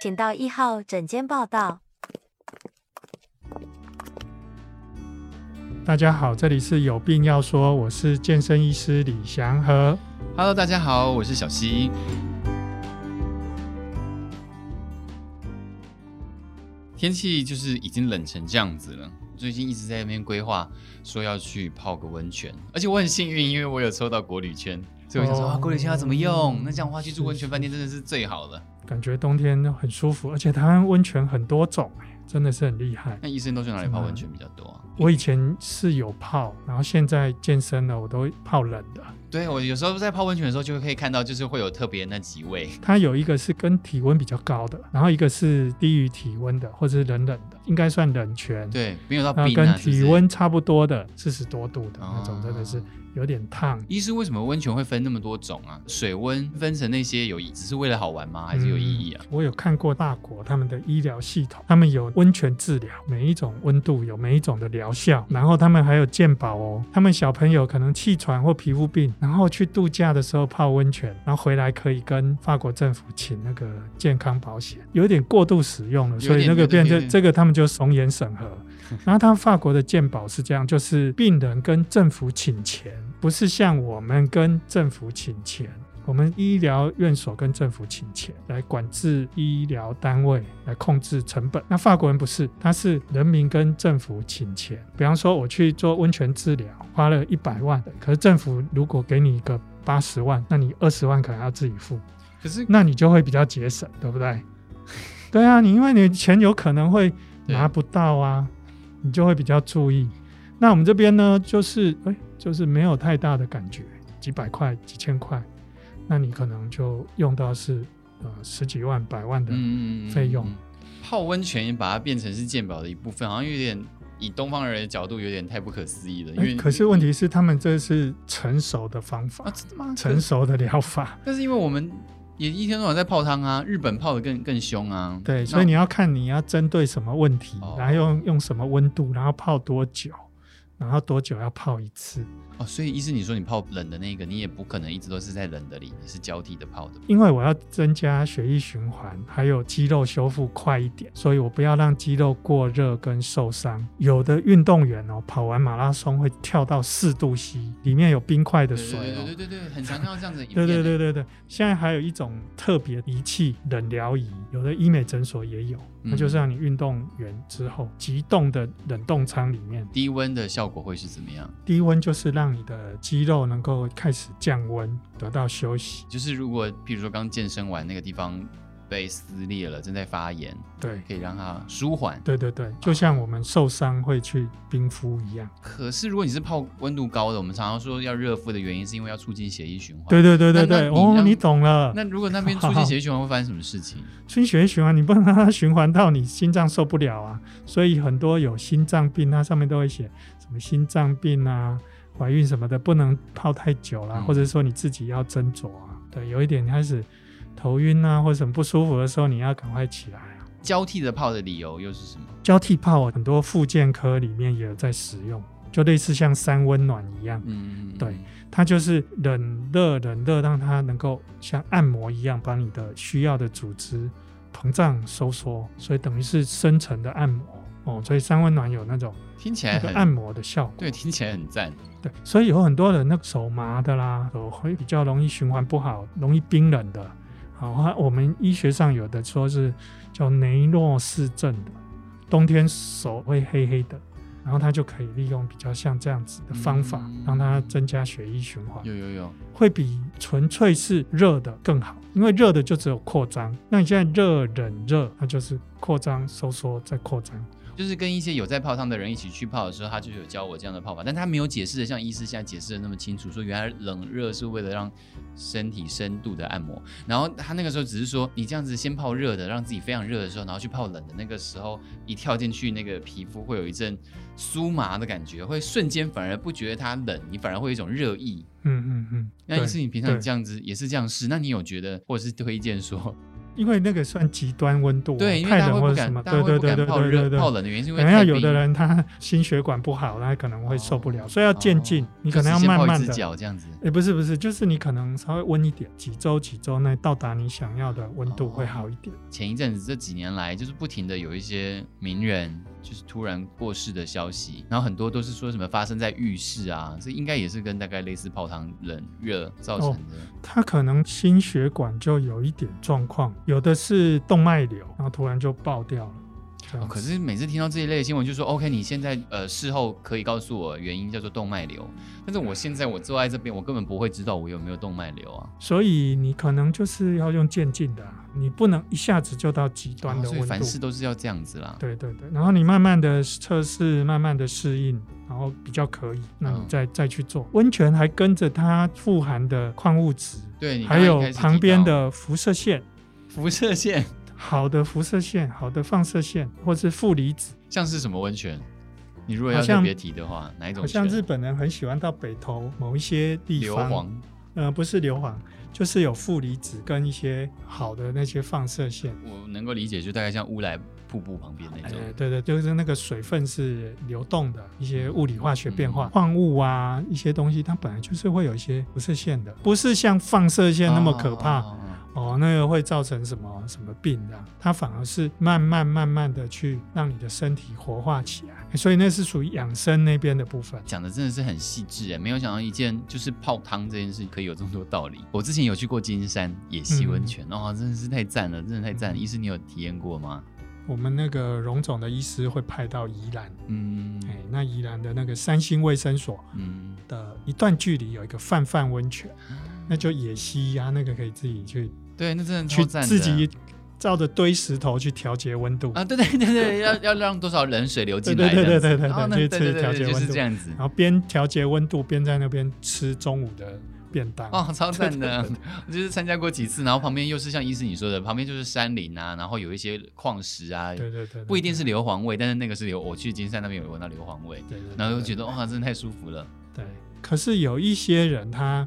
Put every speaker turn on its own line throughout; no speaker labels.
请到一号诊间报到。
大家好，这里是有病要说，我是健身医师李祥和。
Hello，大家好，我是小溪。天气就是已经冷成这样子了，最近一直在那边规划，说要去泡个温泉，而且我很幸运，因为我有抽到国旅圈，所以我想说、
哦
啊，国旅圈要怎么用？那这样的话，去
是
住温泉饭店真的是最好了。
感觉冬天很舒服，而且台湾温泉很多种、哎真的是很厉害。
那医生都去哪里泡温泉比较多啊？
我以前是有泡，然后现在健身了，我都泡冷的。
对我有时候在泡温泉的时候，就可以看到，就是会有特别那几位，
它有一个是跟体温比较高的，然后一个是低于体温的，或者是冷冷的，应该算冷泉。，
对，没有到
然后
冰
跟
啊，是不
体
是。
温差不多的，四十多度的那种，
哦
真的是有点烫。
医师为什么温泉会分那么多种啊？水温分成那些有意，只是为了好玩吗？还是有意义啊？
嗯我有看过法国他们的医疗系统，他们有温泉治疗，每一种温度有每一种的疗效，然后他们还有健保哦。他们小朋友可能气喘或皮肤病，然后去度假的时候泡温泉，然后回来可以跟法国政府请那个健康保险，有点过度使用了，
有点
所以那个
有
变
点有
成
点
这个他们就怂恿审 核。然后他们法国的健保是这样，就是病人跟政府请钱，不是像我们跟政府请钱。我们医疗院所跟政府请钱来管制医疗单位，来控制成本。那法国人不是，他是人民跟政府请钱。比方说，我去做温泉治疗，花了一百万，可是政府如果给你一个八十万，那你二十万可能要自己付，
可是
那你就会比较节省，对不对？ 对啊，你因为你钱有可能会拿不到啊，你就会比较注意。那我们这边呢，就是哎、就是没有太大的感觉，几百块、几千块，那你可能就用到是呃十几万、百万的。
嗯
费用
泡温泉也把它变成是健保的一部分，好像有点以东方人的角度有点太不可思议了。因
哎
为
可是问题是，他们这是成熟的方法
啊，，真的吗？
成熟的疗 法。
但是因为我们也一天到晚在泡汤啊，日本泡的更更凶啊。
对，
那
所以你要看你要针对什么问题，
哦
然后用用什么温度，然后泡多久，然后多久要泡一次。
哦，所以医师你说你泡冷的那个，你也不可能一直都是在冷的里，你是交替的泡的。
因为我要增加血液循环，还有肌肉修复快一点，所以我不要让肌肉过热跟受伤。有的运动员哦，跑完马拉松会跳到四度 C，里面有冰块的
对
水
对
哦
对对。对对，很常看到这样子的影
对
片。
对对对对，现在还有一种特别仪器冷疗仪，有的医美诊所也有，
嗯
那就是让你运动员之后急冻的冷冻舱里面，
低温的效果会是怎么样？
低温就是让你的肌肉能够开始降温，得到休息。
就是如果譬如说刚健身完那个地方被撕裂了，正在发炎，
对
可以让它舒缓。
对对对，就像我们受伤会去冰敷一样。
可是如果你是泡温度高的，我们常常说要热敷的原因是因为要促进血液循环。
对。对对对
那
对，
那你
哦，
让
你懂了。
那如果那边促进血液循环会发生什么事情？
春血液循环，你不能让它循环到你心脏受不了啊。所以很多有心脏病，它上面都会写什么心脏病啊、怀孕什么的，不能泡太久啦，
嗯
或者说你自己要斟酌啊。对，有一点开始头晕啊，或者什么不舒服的时候，你要赶快起来啊。
交替的泡的理由又是什么？
交替泡，很多复健科里面也有在使用，就类似像三温暖一样。
嗯，
对它就是冷热冷热，让它能够像按摩一样，把你的需要的组织膨胀收缩，所以等于是深层的按摩哦。所以三温暖有那种
嗯听起
那
来
个
很
按摩的效果，
对，听起来很赞。
对，所以有很多人那个手麻的啦，手会比较容易循环不好，容易冰冷的。好，它我们医学上有的说是叫雷诺氏症的，冬天手会黑黑的，然后它就可以利用比较像这样子的方法，
嗯
让它增加血液循环。
有有有，
会比纯粹是热的更好，因为热的就只有扩张，那你现在热冷热，它就是扩张收缩再扩张。
就是跟一些有在泡汤的人一起去泡的时候，他就有教我这样的泡法，但他没有解释的像医师现在解释的那么清楚，说原来冷热是为了让身体深度的按摩。然后他那个时候只是说，你这样子先泡热的，让自己非常热的时候，然后去泡冷的，那个时候一跳进去，那个皮肤会有一阵酥麻的感觉，会瞬间反而不觉得它冷，你反而会有一种热意。
嗯嗯嗯，
那医师，
对
你平常
对
这样子也是这样试，那你有觉得或者是推荐说
因为那个算极端温度啊，
对，因为
太
大家
冷
会
或
不
者什么，
敢，
对
大家会
对
不
对
敢
对
泡
对对
热
对。
泡冷的原因是因
可
为
能要
太
有
冰
的人他心血管不好，他可能会受不了，所以要渐进，
哦
你
就
可能要
是先
慢
泡一
慢
只
的。
脚这样子，
也不是不是，就是你可能稍微温一点，几周几周内到达你想要的温度会好一点。
前一阵子这几年来，就是不停的有一些名人就是突然过世的消息，然后很多都是说什么发生在浴室啊，这应该也是跟大概类似泡汤冷热造成的。哦
他可能心血管就有一点状况，有的是动脉瘤，然后突然就爆掉了。这
哦
样
可
子
是每次听到这一类的新闻，就说 OK，你现在呃事后可以告诉我原因叫做动脉瘤，但是我现在我坐在这边，我根本不会知道我有没有动脉瘤啊。
所以你可能就是要用渐进的啊、你不能一下子就到极端
哦
的
所
温
以
度。
凡事都是要这样子啦。
对对对，然后你慢慢的测试，慢慢的适应，然后比较可以，那你
嗯
再、再去做。温泉还跟着它富含的矿物质，
对，你刚
还
刚一
有
开始提
旁边
到
的辐射线，
辐射线，
好的辐射线、好的放射线或是负离子，
像是什么温泉？你如果要
好像
特别提的话，哪一种
好
泉？
像日本人很喜欢到北投某一些地
硫
方，
磺。
呃，不是硫磺，就是有负离子跟一些好的那些放射线。
我能够理解，就大概像乌来瀑布旁边那种。
呃，对对，就是那个水分是流动的，一
嗯
些物理化学变化，矿物啊，一些东西，它本来就是会有一些辐射线的，不是像放射线那么可怕哦
哦哦
那个会造成什么什么病的、它反而是慢慢慢慢的去让你的身体活化起来，哎所以那是属于养生那边的部分。
讲的真的是很细致哎，没有想到一件就是泡汤这件事可以有这么多道理。我之前有去过金山野溪温泉，哦，真的是太赞了，真的太赞了。医师，你有体验过吗？
我们那个荣总的医师会派到宜兰，
嗯
哎，那宜兰的那个三星卫生所
嗯，
的一段距离有一个泛泛温泉，那就野溪啊，那个可以自己去
对，那真的超
去
赞的。
自己照着堆石头去调节温度，
啊，对对对对，要要让多少冷水流进来，
对对对
这
对对
样子
对
哦那
就是
对
自
对
己
对
调节
对，就
温
是
度
这样子
然。后边调节温度边在那边吃中午的便 当。
哦，超赞的！ 我就是参加过几次，然后旁边又是像医师你说的，旁边就是山林啊，然后有一些矿石啊，
对对对对，
不一定是硫磺味，但是那个是硫，我去金山那边有闻到硫磺味，
对，对对
然后就
对
觉得哇，真的太舒服了，
对。可是有一些人他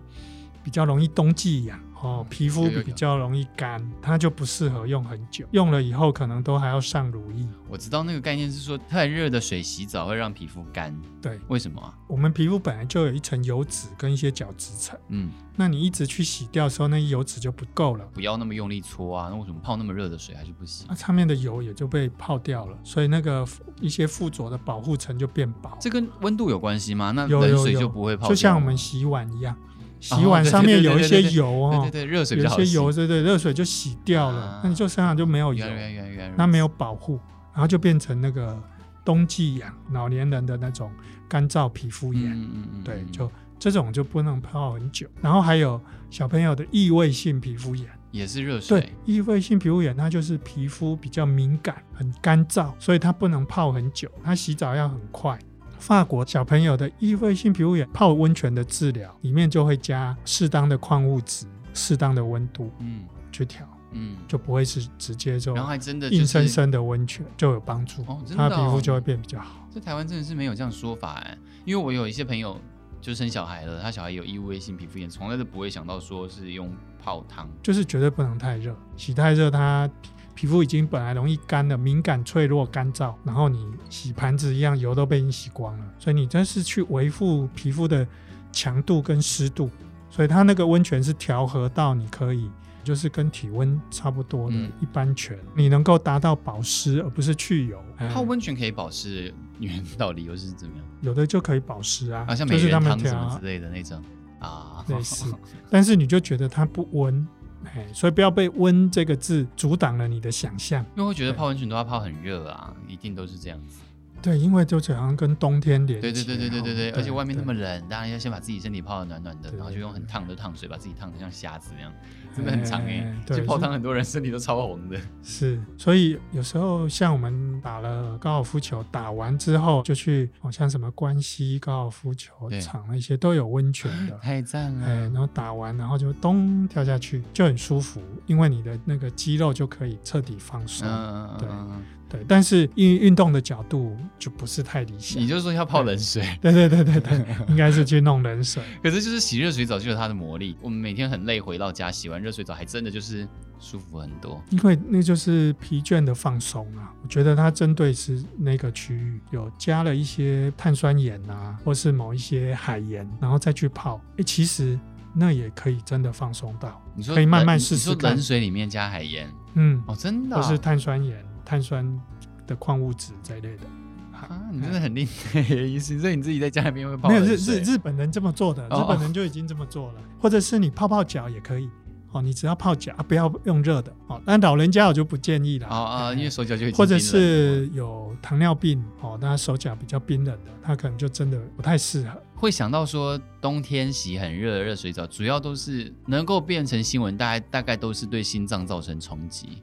比较容易冬季痒。哦，皮肤
嗯有有有
比较容易干，它就不适合用很久，用了以后可能都还要上乳液。
我知道那个概念是说，太热的水洗澡会让皮肤干，
对
为什么啊？
我们皮肤本来就有一层油脂跟一些角质层，
嗯，
那你一直去洗掉的时候，那油脂就不够了。
不要那么用力搓啊，那为什么泡那么热的水还是不洗
那？上面的油也就被泡掉了，所以那个一些附着的保护层就变薄，
这跟温度有关系吗？那
有有
冷水
有
就不会泡掉吗，
就像我们洗碗一样，洗
哦
碗
对
上
对
面
对
有一
对
些
对对
油
对
哦
对，对，热水
有一
比较好
些
洗。
油，对对，热水就洗掉了
啊，
那你就身上就没有油
原，来原来原来原来，
那没有保护，然后就变成那个冬季痒老年人的那种干燥皮肤
嗯
炎，
嗯嗯嗯，
对，
嗯
就这种就不能泡很久。然后还有小朋友的异位性皮肤炎。
也是热
对
水，，
异位性皮肤炎它就是皮肤比较敏感、很干燥，所以它不能泡很久，它洗澡要很快。法国小朋友的异位性皮肤炎泡温泉的治疗里面就会加适当的矿物质、适当的温度
嗯
去调，
嗯，
就不会是直接就
然后还真的就
硬生
是
生的温泉就有帮助，
哦真的
它的
哦
皮肤就会变比较好。
在台湾真的是没有这样说法哎、因为我有一些朋友就生小孩了，他小孩有异位性皮肤炎，从来都不会想到说是用泡汤。
就是绝对不能太热，洗太热它皮肤已经本来容易干了，敏感、脆弱、干燥，然后你洗盘子一样油都被你洗光了，所以你这是去维护皮肤的强度跟湿度，所以它那个温泉是调和到你可以。就是跟体温差不多的
嗯
一般泉，你能够达到保湿，而不是去油。
泡
哎
温泉可以保湿，原道理又是怎么样？
有的就可以保湿啊，
好、像
就
美
是他
人
们
汤
调
什
啊
么之类的那种啊，
类似，但是你就觉得它不温，哎，所以不要被“温”这个字阻挡了你的想象。
因为会觉得泡温泉都要泡很热啊，一定都是这样子。
对，因为就是好像跟冬天连
对对
结
对对对
哦
对对，而且外面那么
对
冷，当然要先把自己身体泡得暖暖的，
对
然后就
对
用很
对
烫的烫水把自己烫得像虾子那样，真的很长哎、
哎对
去泡
就
汤很多人身体都超红的。
是，所以有时候像我们打了高尔夫球，打完之后就去，好、像什么关西高尔夫球
对。
场那些都有温泉的
太赞了！
哎，然后打完，然后就咚跳下去，就很舒服，因为你的那个肌肉就可以彻底放松。
嗯，
对
嗯
对，但是运运动的角度就不是太理想
你。就说要泡冷水，
对对对对 对，应该是去弄冷水。
可是就是洗热水澡就有它的魔力。我们每天很累回到家，洗完热水澡还真的就是舒服很多。
因为那就是疲倦的放松啊。我觉得它针对是那个区域有加了一些碳酸盐啊，或是某一些海盐，然后再去泡。诶，其实那也可以真的放松到，
你说
可以慢慢
冷
试试
你说
看
冷水里面加海盐
嗯，
哦，真的啊、
或是碳酸盐、碳酸的矿物质这一类的。
啊，你真的很厉害，意思，所以你自己在家里面会泡
没有
冷
日
水
日日本人这么做的，
哦
日本人就已经这么做了，或者是你泡泡脚也可以。哦，你只要泡脚，啊不要用热的哦。那老人家我就不建议了
哦啊，
哎
因为手脚就已经
或者
冰冷了
是有糖尿病哦，那手脚比较冰冷的，他可能就真的不太适合。
会想到说冬天洗很热的热水澡，主要都是能够变成新闻，大概大概都是对心脏造成冲击。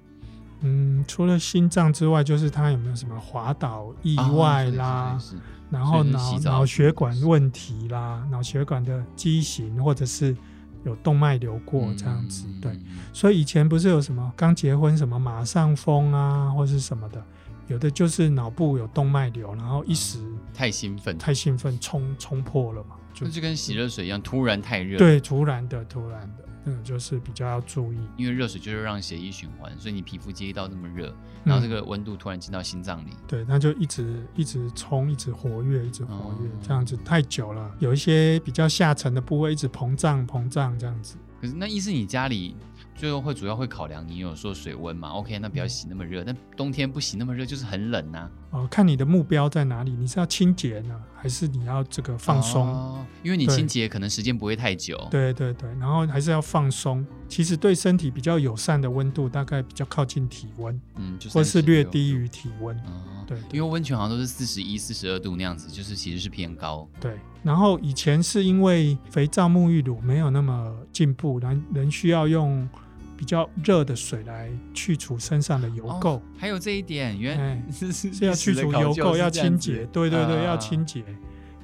嗯，除了心脏之外，就是他有没有什么滑倒、意外啦，
啊是是是是
然后
所以是
脑
洗澡
脑血管问题啦，脑血管的畸形，或者是有动脉瘤过这样子，
嗯
对。所以以前不是有什么刚结婚什么马上疯啊，或是什么的，有的就是脑部有动脉瘤，然后一时
嗯太兴奋，
太兴奋冲冲破了嘛，就
那就跟洗热水一样，突然太热，，
对突然的突然的，
嗯
那种就是比较要注意。
因为热水就是让血液循环，所以你皮肤接到那么热，
嗯
然后这个温度突然进到心脏里，
对，那就一直一直冲，一直活跃，一直活跃，
哦
这样子太久了，有一些比较下沉的部位一直膨胀膨胀这样子。
可是那意思你家里就会主要会考量你有说水温嘛？OK，那不
嗯
要洗那么热，但冬天不洗那么热就是很冷呐、
哦，看你的目标在哪里，你是要清洁呢，还是你要这个放松？
哦因为你
对
清洁可能时间不会太久。，
对对对，然后还是要放松。其实对身体比较友善的温度，大概比较靠近体温，
嗯，就
或是略低
于。
于体温。
哦
对
因为温泉好像都是四十一、四十二度那样子，就是其实是偏高。
对，然后以前是因为肥皂、沐浴乳没有那么进步，人人需要用比较热的水来去除身上的油垢
哦，还有这一点，原来
哎
是是
是要去除油垢，要清洁。对对
啊
对，要清
洁。
洁。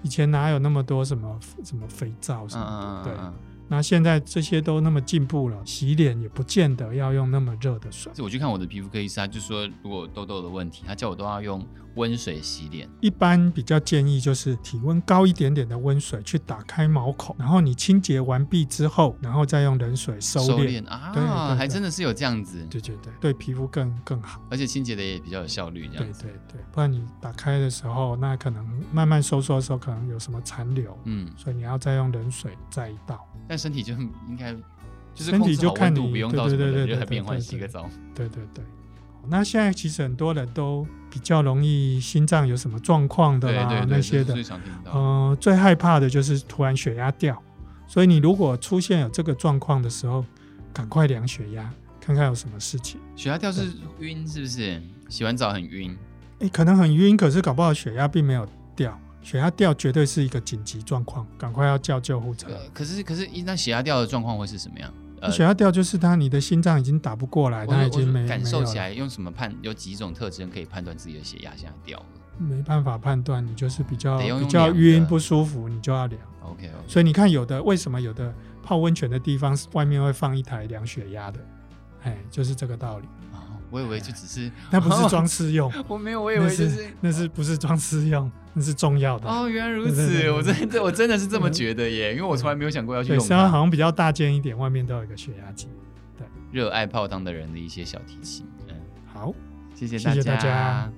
以前哪有那么多什么什么肥皂什
嗯
么的？
嗯
对，
嗯
那现在这些都那么进步了，洗脸也不见得要用那么热的水
嗯。。这我去看我的皮肤科医生，他就说如果痘痘的问题，他叫我都要用温水洗脸。
一般比较建议就是体温高一点点的温水去打开毛孔，然后你清洁完毕之后，然后再用冷水收敛。
敛啊，
对对对
还真的是有这样子，
对对对，对皮肤更更好。
而且清洁的也比较有效率，这
对
样子。
对对，不然你打开的时候，那可能慢慢收缩的时候，可能有什么残留，
嗯，
所以你要再用冷水再一倒。
但身体就很应该就是
身体
控制
就
好温
看
度，
你
不用
对
到什
对
么
对
冷
对
热
对
变换，
对
洗个
对
澡。
对对对。那现在其实很多人都比较容易心脏有什么状况的
对
啦，
对对，
啊那
这
些
是
的
最，常听到的。
呃，最害怕的就是突然血压掉，所以你如果出现有这个状况的时候，赶快量血压，看看有什么事情。
血压掉是晕，是不是？洗完澡很晕，
你可能很晕，可是搞不好血压并没有掉，血压掉绝对是一个紧急状况，赶快要叫救护车。
呃，可是可是，一那血压掉的状况会是什么样？呃
血压掉就是它你的心脏已经打不过来，
我
它已
是我
经
是
没
感受起
没有了，
来，用什么判？有几种特征可以判断自己的血压现在掉了
没办法判断，你就是比较
得用
比较
量的
晕不舒服，你就要量。
？OK OK，
所以你看，有的为什么有的泡温泉的地方是外面会放一台量血压的，哎，就是这个道 理。
哦我以为就只是
那不是装饰用，
我没有，我以 为就是
那是不是装饰用？那是重要的。
哦，原来如
对对
此，
对嗯
我真的我真的是这么觉得耶，因为我从来没有想过要去
对，
用
虽然好
它。
像比较大件一点，外面都有一个血压计。
热爱泡汤的人的一些小提醒，嗯，
好。
谢谢
谢谢大家